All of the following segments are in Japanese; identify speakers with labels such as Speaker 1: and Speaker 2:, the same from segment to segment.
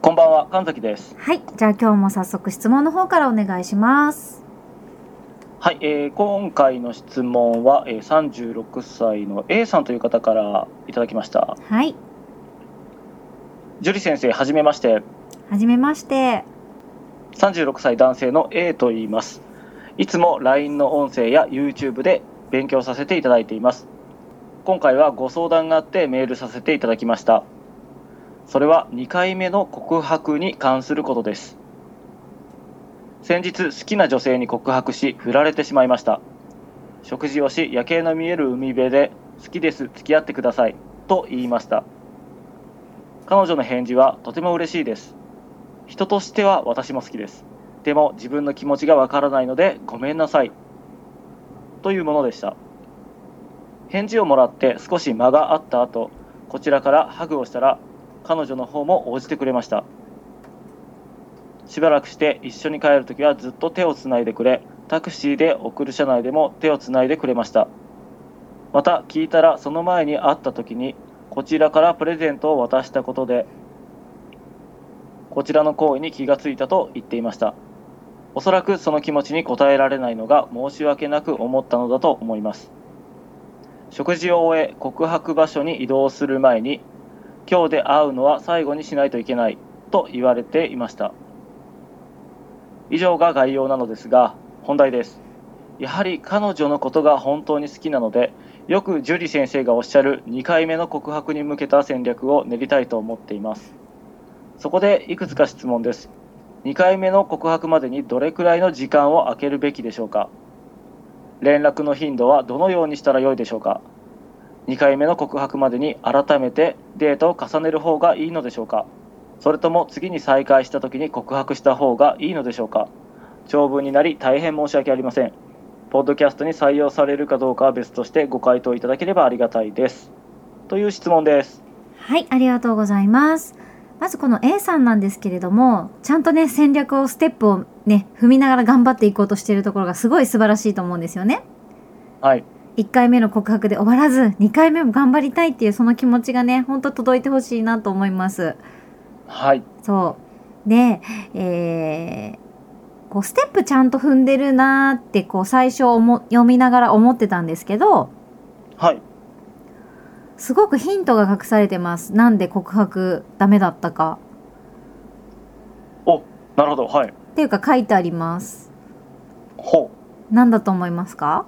Speaker 1: こんばんは、神崎です。
Speaker 2: はい、じゃあ今日も早速質問の方からお願いします。
Speaker 1: はい、えー今回の質問は、えー36歳の A さんという方からいただきました。
Speaker 2: はい、
Speaker 1: 樹里先生、はじめまして。
Speaker 2: はじめまして。
Speaker 1: 36歳男性の A と言います。いつも LINE の音声や YouTube で勉強させていただいています。今回はご相談があってメールさせていただきました。それは2回目の告白に関することです。先日好きな女性に告白し振られてしまいました。食事をし夜景の見える海辺で好きです付き合ってくださいと言いました。彼女の返事はとても嬉しいです。人としては私も好きです。でも自分の気持ちがわからないのでごめんなさい。というものでした。返事をもらって少し間があった後、こちらからハグをしたら、彼女の方も応じてくれました。しばらくして一緒に帰るときはずっと手をつないでくれ、タクシーで送る車内でも手をつないでくれました。また聞いたらその前に会ったときに、こちらからプレゼントを渡したことで、こちらの行為に気がついたと言っていました。おそらくその気持ちに応えられないのが申し訳なく思ったのだと思います。食事を終え告白場所に移動する前に、今日で会うのは最後にしないといけないと言われていました。以上が概要なのですが、本題です。やはり彼女のことが本当に好きなので、よく樹里先生がおっしゃる2回目の告白に向けた戦略を練りたいと思っています。そこでいくつか質問です。2回目の告白までにどれくらいの時間を空けるべきでしょうか連絡の頻度はどのようにしたらよいでしょうか2回目の告白までに改めてデートを重ねる方がいいのでしょうかそれとも次に再会した時に告白した方がいいのでしょうか長文になり大変申し訳ありません。ポッドキャストに採用されるかどうかは別としてご回答いただければありがたいです。という質問です。
Speaker 2: はい、ありがとうございます。まずこの A さんなんですけれども、ちゃんとね、戦略を、ステップをね、踏みながら頑張っていこうとしているところがすごい素晴らしいと思うんですよね。
Speaker 1: はい。
Speaker 2: 1回目の告白で終わらず、2回目も頑張りたいっていうその気持ちがね、ほんと届いてほしいなと思います。
Speaker 1: はい。
Speaker 2: そう。で、えーこうステップちゃんと踏んでるなーってこう最初思読みながら思ってたんですけど
Speaker 1: はい。
Speaker 2: すごくヒントが隠されてますなんで告白ダメだったか
Speaker 1: なるほど。はい。
Speaker 2: っていうか書いてあります
Speaker 1: ほう。
Speaker 2: 何だと思いますか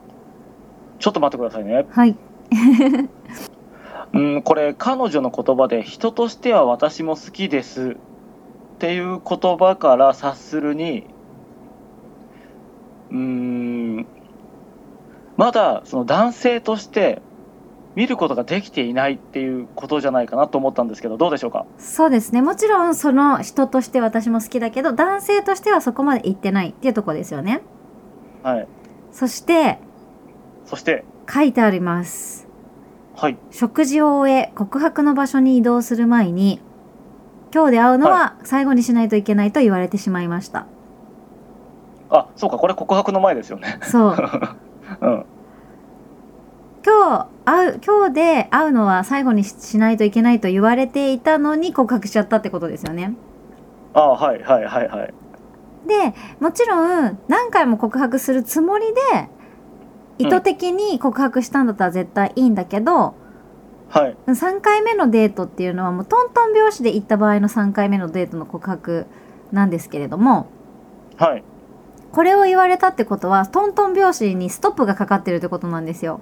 Speaker 1: ちょっと待ってくださいね。
Speaker 2: はい
Speaker 1: うん、これ彼女の言葉で人としては私も好きですっていう言葉から察するにうーんまだその男性として見ることができていないっていうことじゃないかなと思ったんですけどどうでしょうか
Speaker 2: そうですねもちろんその人として私も好きだけど男性としてはそこまで行ってないっていうところですよね
Speaker 1: はい
Speaker 2: そして
Speaker 1: そして
Speaker 2: 書いてあります
Speaker 1: はい
Speaker 2: 食事を終え告白の場所に移動する前に今日で会うのは最後にしないといけないと言われてしまいました、
Speaker 1: あそうかこれ告白の前ですよね
Speaker 2: そう
Speaker 1: うん
Speaker 2: 今日で会うのは最後にししないといけないと言われていたのに告白しちゃったってことですよね。
Speaker 1: ああはいはいはいはい
Speaker 2: でもちろん何回も告白するつもりで
Speaker 1: うん
Speaker 2: 意図的に告白したんだったら絶対いいんだけど、
Speaker 1: はい
Speaker 2: 3回目のデートっていうのはもうトントン拍子で行った場合の3回目のデートの告白なんですけれども
Speaker 1: はい
Speaker 2: これを言われたってことはトントン拍子にストップがかかってるってことなんですよ。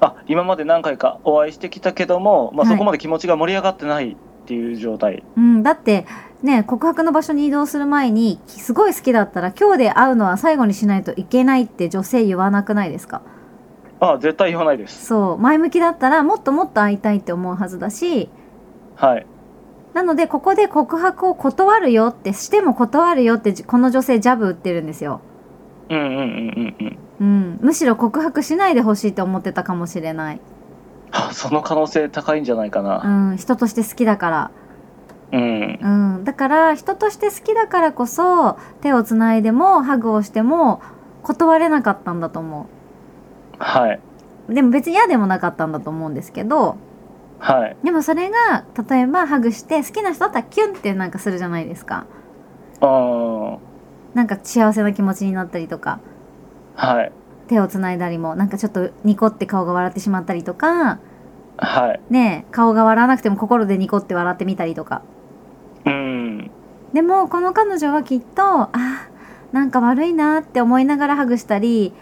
Speaker 1: あ今まで何回かお会いしてきたけども、まあ、
Speaker 2: はい
Speaker 1: そこまで気持ちが盛り上がってないっていう状態、
Speaker 2: うん、だってね告白の場所に移動する前にすごい好きだったら今日で会うのは最後にしないといけないって女性言わなくないですか
Speaker 1: ああ絶対言わないです
Speaker 2: そう前向きだったらもっともっと会いたいって思うはずだし
Speaker 1: はい
Speaker 2: なのでここで告白を断るよってしても断るよってじこの女性ジャブ打ってるんですよ、
Speaker 1: うんうんうんうんうん
Speaker 2: うん、むしろ告白しないでほしいと思ってたかもしれない、
Speaker 1: あその可能性高いんじゃないか
Speaker 2: う、
Speaker 1: なん
Speaker 2: 人として好きだから
Speaker 1: うん
Speaker 2: うん、だから人として好きだからこそ手をつないでもハグをしても断れなかったんだと思
Speaker 1: はいう
Speaker 2: でも別に嫌でもなかったんだと思うんですけど
Speaker 1: はい
Speaker 2: でもそれが例えばハグして好きな人だったらキュンってなんかするじゃないですか
Speaker 1: あー
Speaker 2: なんか幸せな気持ちになったりとか
Speaker 1: はい
Speaker 2: 手をつないだりもなんかちょっとニコって顔が笑ってしまったりとか
Speaker 1: はい
Speaker 2: ねえ顔が笑わなくても心でニコって笑ってみたりとか
Speaker 1: うん
Speaker 2: でもこの彼女はきっとあーなんか悪いなって思いながらハグしたり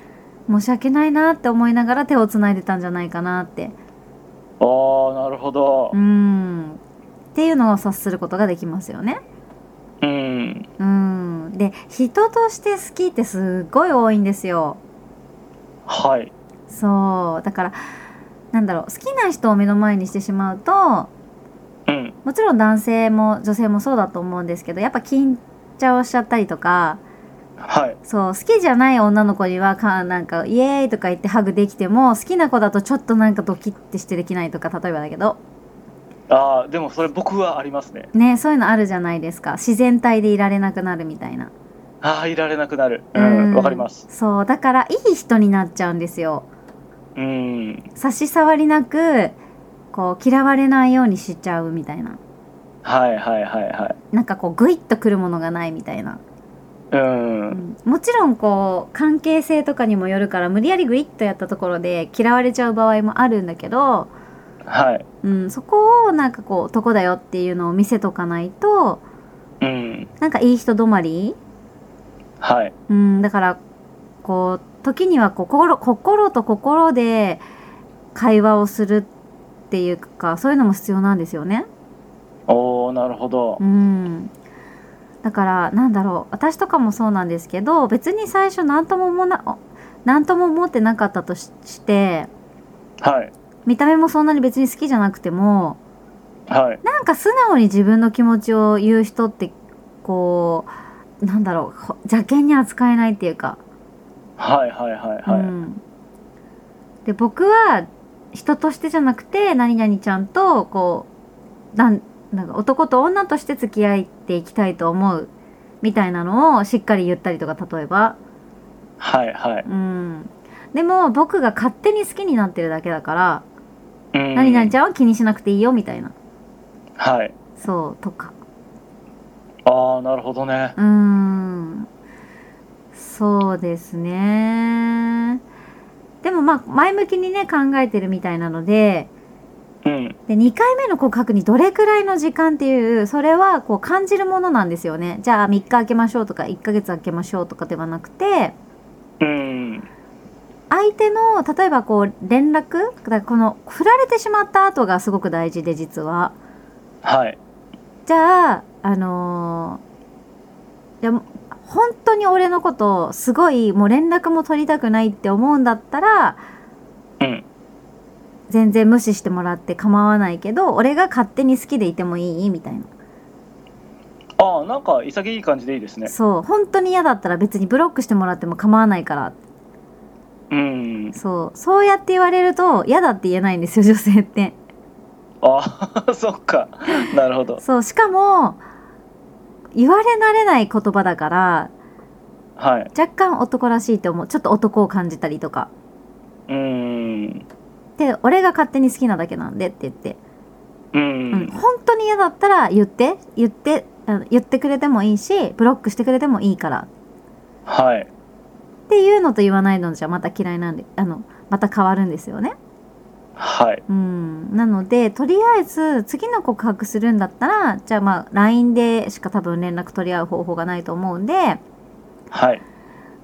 Speaker 2: 申し訳ないなって思いながら手をつないでたんじゃないかなって
Speaker 1: ああなるほど
Speaker 2: うーんっていうのを察することができますよね。
Speaker 1: うん
Speaker 2: うーんで人として好きってすっごい多いんですよ。
Speaker 1: はい
Speaker 2: そうだからなんだろう好きな人を目の前にしてしまうと
Speaker 1: うん
Speaker 2: もちろん男性も女性もそうだと思うんですけどやっぱ緊張しちゃったりとか
Speaker 1: はい
Speaker 2: そう好きじゃない女の子にはかなんかイエーイとか言ってハグできても好きな子だとちょっとなんかドキッてしてできないとか例えばだけど
Speaker 1: ああでもそれ僕はありますね
Speaker 2: ねそういうのあるじゃないですか自然体でいられなくなるみたいな
Speaker 1: ああいられなくなるうんわかります
Speaker 2: そうだからいい人になっちゃうんですよ
Speaker 1: うん
Speaker 2: 差し障りなくこう嫌われないようにしちゃうみたいな
Speaker 1: はいはいはいはい
Speaker 2: なんかこうグイッとくるものがないみたいな
Speaker 1: うん
Speaker 2: もちろんこう関係性とかにもよるから無理やりグイッとやったところで嫌われちゃう場合もあるんだけど、
Speaker 1: はい
Speaker 2: うん、そこをなんかこう「とこだよ」っていうのを見せとかないと
Speaker 1: うん
Speaker 2: なんかいい人止まり、
Speaker 1: はい
Speaker 2: うん、だからこう時にはこう心心と心で会話をするっていうかそういうのも必要なんですよね。
Speaker 1: おおなるほど
Speaker 2: うんだからなんだろう私とかもそうなんですけど別に最初何とももな何とも思ってなかったとしして
Speaker 1: はい
Speaker 2: 見た目もそんなに別に好きじゃなくても
Speaker 1: はい
Speaker 2: なんか素直に自分の気持ちを言う人ってこうなんだろうほ邪険に扱えないっていうか、
Speaker 1: はいはいはいは
Speaker 2: う
Speaker 1: い
Speaker 2: ん、で僕は人としてじゃなくて何々ちゃんとこうなんなんか男と女として付き合っていきたいと思うみたいなのをしっかり言ったりとか例えば、
Speaker 1: はいはい
Speaker 2: うん、でも僕が勝手に好きになってるだけだから、
Speaker 1: うん
Speaker 2: 何々ちゃんは気にしなくていいよみたいな
Speaker 1: はい
Speaker 2: そうとか
Speaker 1: ああなるほどね
Speaker 2: うーんそうですねでもまあ前向きにね考えてるみたいなので
Speaker 1: うん
Speaker 2: で2回目の告白にどれくらいの時間っていうそれはこう感じるものなんですよねじゃあ3日空けましょうとか1ヶ月空けましょうとかではなくて
Speaker 1: うん
Speaker 2: 相手の例えばこう連絡だからこの振られてしまった後がすごく大事で実は
Speaker 1: はい
Speaker 2: じゃああのーいや本当に俺のことすごいもう連絡も取りたくないって思うんだったら
Speaker 1: うん
Speaker 2: 全然無視してもらって構わないけど俺が勝手に好きでいてもいいみたいな、
Speaker 1: ああなんか潔い感じでいいですね
Speaker 2: そう本当に嫌だったら別にブロックしてもらっても構わないから
Speaker 1: うん
Speaker 2: そうそうやって言われると嫌だって言えないんですよ女性って
Speaker 1: ああ そっかなるほど
Speaker 2: そうしかも言われ慣れない言葉だから
Speaker 1: はい
Speaker 2: 若干男らしいと思うちょっと男を感じたりとか
Speaker 1: うん
Speaker 2: って俺が勝手に好きなだけなんでって言って、
Speaker 1: う。
Speaker 2: うんん、本当に嫌だったら言って言ってあの言ってくれてもいいしブロックしてくれてもいいから
Speaker 1: はい。
Speaker 2: っていうのと言わないのじゃまた嫌いなんであのまた変わるんですよね。
Speaker 1: はい。
Speaker 2: うん、なのでとりあえず次の告白するんだったらじゃあまあ LINE でしか多分連絡取り合う方法がないと思うんで、
Speaker 1: はい。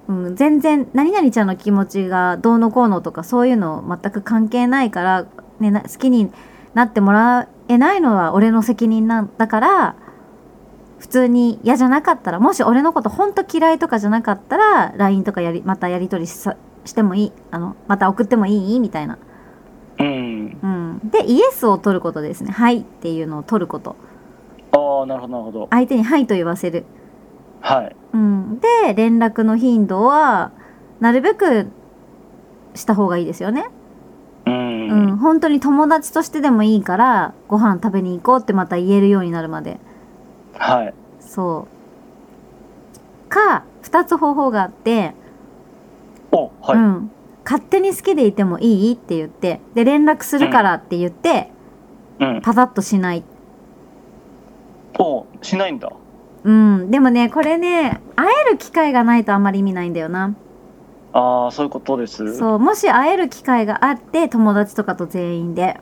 Speaker 2: うん、全然何々ちゃんの気持ちがどうのこうのとかそういうの全く関係ないから、ね、な好きになってもらえないのは俺の責任なんだから普通に嫌じゃなかったらもし俺のこと本当嫌いとかじゃなかったら LINE とかやりまたやり取りしさしてもいいあのまた送ってもいいみたいな。
Speaker 1: うん。
Speaker 2: うん、でイエスを取ることですね「はい」っていうのを取ること
Speaker 1: ああ、なるほど、なるほど。
Speaker 2: 相手に「はい」と言わせる、
Speaker 1: はい。
Speaker 2: うん、で連絡の頻度はなるべくした方がいいですよね、
Speaker 1: う。
Speaker 2: うんん本当に友達としてでもいいからご飯食べに行こうってまた言えるようになるまで
Speaker 1: はい。
Speaker 2: そうか2つ方法があって、
Speaker 1: お、はい。
Speaker 2: うん、勝手に好きでいてもいいって言ってで連絡するからって言って、
Speaker 1: うん。
Speaker 2: パタッとしない
Speaker 1: お、しないんだ。
Speaker 2: うん、でもねこれね会える機会がないとあんまり意味ないんだよな
Speaker 1: ああ、そういうことです。
Speaker 2: そうもし会える機会があって友達とかと全員で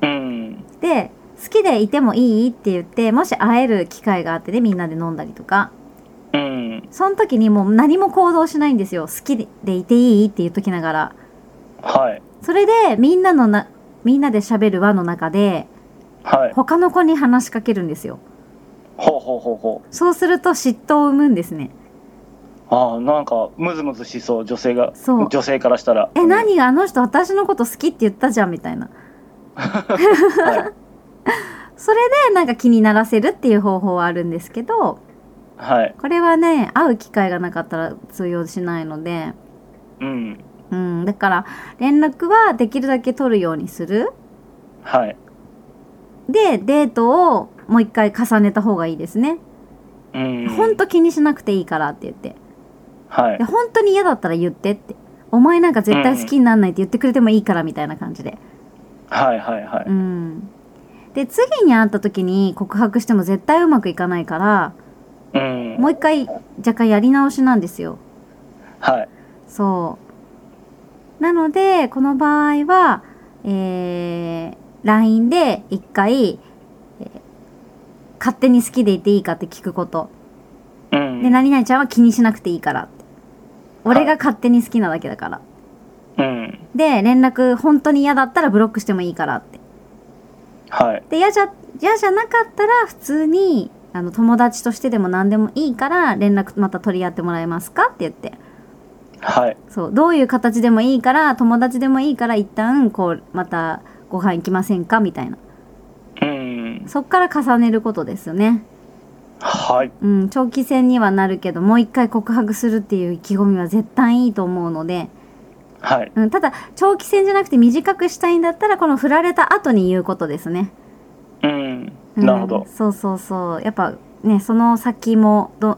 Speaker 1: うん。
Speaker 2: で好きでいてもいいって言ってもし会える機会があってねみんなで飲んだりとか
Speaker 1: うん。
Speaker 2: その時にもう何も行動しないんですよ好きでいていいって言っときながら
Speaker 1: はい。
Speaker 2: それでみんなのなみんなで喋る輪の中で
Speaker 1: はい。
Speaker 2: 他の子に話しかけるんですよ
Speaker 1: ほうほうほうほ
Speaker 2: そうすると嫉妬を生むんですね
Speaker 1: う。ああ、なんか、ムズムズしそう、女性が。
Speaker 2: そう
Speaker 1: 女性からしたら。
Speaker 2: え何あの人私のこと好きって言ったじゃんみたいな
Speaker 1: はい。
Speaker 2: それでなんか気にならせるっていう方法はあるんですけど
Speaker 1: はい。
Speaker 2: これはね会う機会がなかったら通用しないので、
Speaker 1: うん。
Speaker 2: うん、だから連絡はできるだけ取るようにする
Speaker 1: はい。
Speaker 2: でデートをもう一回重ねた方がいいですね、
Speaker 1: うん。
Speaker 2: ほんと気にしなくていいからって言って
Speaker 1: はい
Speaker 2: で。本当に嫌だったら言ってってお前なんか絶対好きになんないって言ってくれてもいいからみたいな感じで、
Speaker 1: はいはいは
Speaker 2: う
Speaker 1: い。
Speaker 2: ん、で次に会った時に告白しても絶対うまくいかないから
Speaker 1: うん。
Speaker 2: もう一回若干やり直しなんですよ
Speaker 1: はい。
Speaker 2: そう。なので、この場合は、えー、LINE で一回、えー勝手に好きでいていいかって聞くこと。
Speaker 1: うん。
Speaker 2: で、何々ちゃんは気にしなくていいからって。俺
Speaker 1: は
Speaker 2: が
Speaker 1: い
Speaker 2: 勝手に好きなだけだから。
Speaker 1: うん。
Speaker 2: で、連絡本当に嫌だったらブロックしてもいいからって。
Speaker 1: はい。
Speaker 2: で、嫌じゃ、嫌じゃなかったら普通に、あの、友達としてでも何でもいいから連絡また取り合ってもらえますかって言って。
Speaker 1: はい。
Speaker 2: そうどういう形でもいいから友達でもいいから一旦こうまたご飯行きませんかみたいな
Speaker 1: うん。
Speaker 2: そっから重ねることですよね、
Speaker 1: はい。
Speaker 2: うん、長期戦にはなるけどもう一回告白するっていう意気込みは絶対いいと思うので、
Speaker 1: はい。
Speaker 2: うん、ただ長期戦じゃなくて短くしたいんだったらこの振られた後に言うことですね、
Speaker 1: うん。
Speaker 2: うん、
Speaker 1: なるほど。
Speaker 2: そうそうそうやっぱねその先もど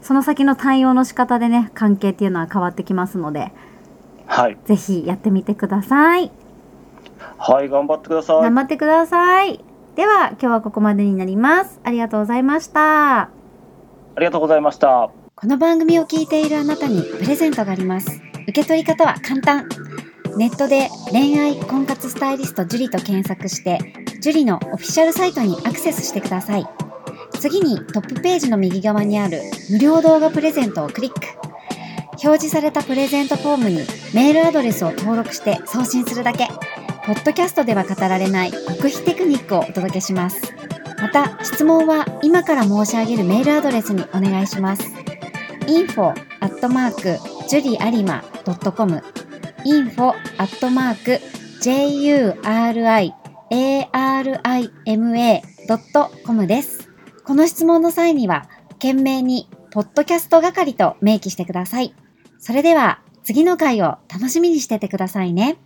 Speaker 2: その先の対応の仕方でね関係っていうのは変わってきますので
Speaker 1: はい。
Speaker 2: ぜひやってみてください
Speaker 1: はい、頑張ってください
Speaker 2: 頑。張ってください。では、今日はここまでになります。ありがとうございました。
Speaker 1: ありがとうございました。
Speaker 3: この番組を聞いているあなたにプレゼントがあります。受け取り方は簡単。ネットで恋愛婚活スタイリスト樹と検索して、樹のオフィシャルサイトにアクセスしてください。次にトップページの右側にある無料動画プレゼントをクリック。表示されたプレゼントフォームにメールアドレスを登録して送信するだけ。ポッドキャストでは語られない極秘テクニックをお届けします。また、質問は今から申し上げるメールアドレスにお願いします。info アットマーク juriarima.com info アットマーク juriarima.com です。この質問の際には、件名にポッドキャスト係と明記してください。それでは、次の回を楽しみにしててくださいね。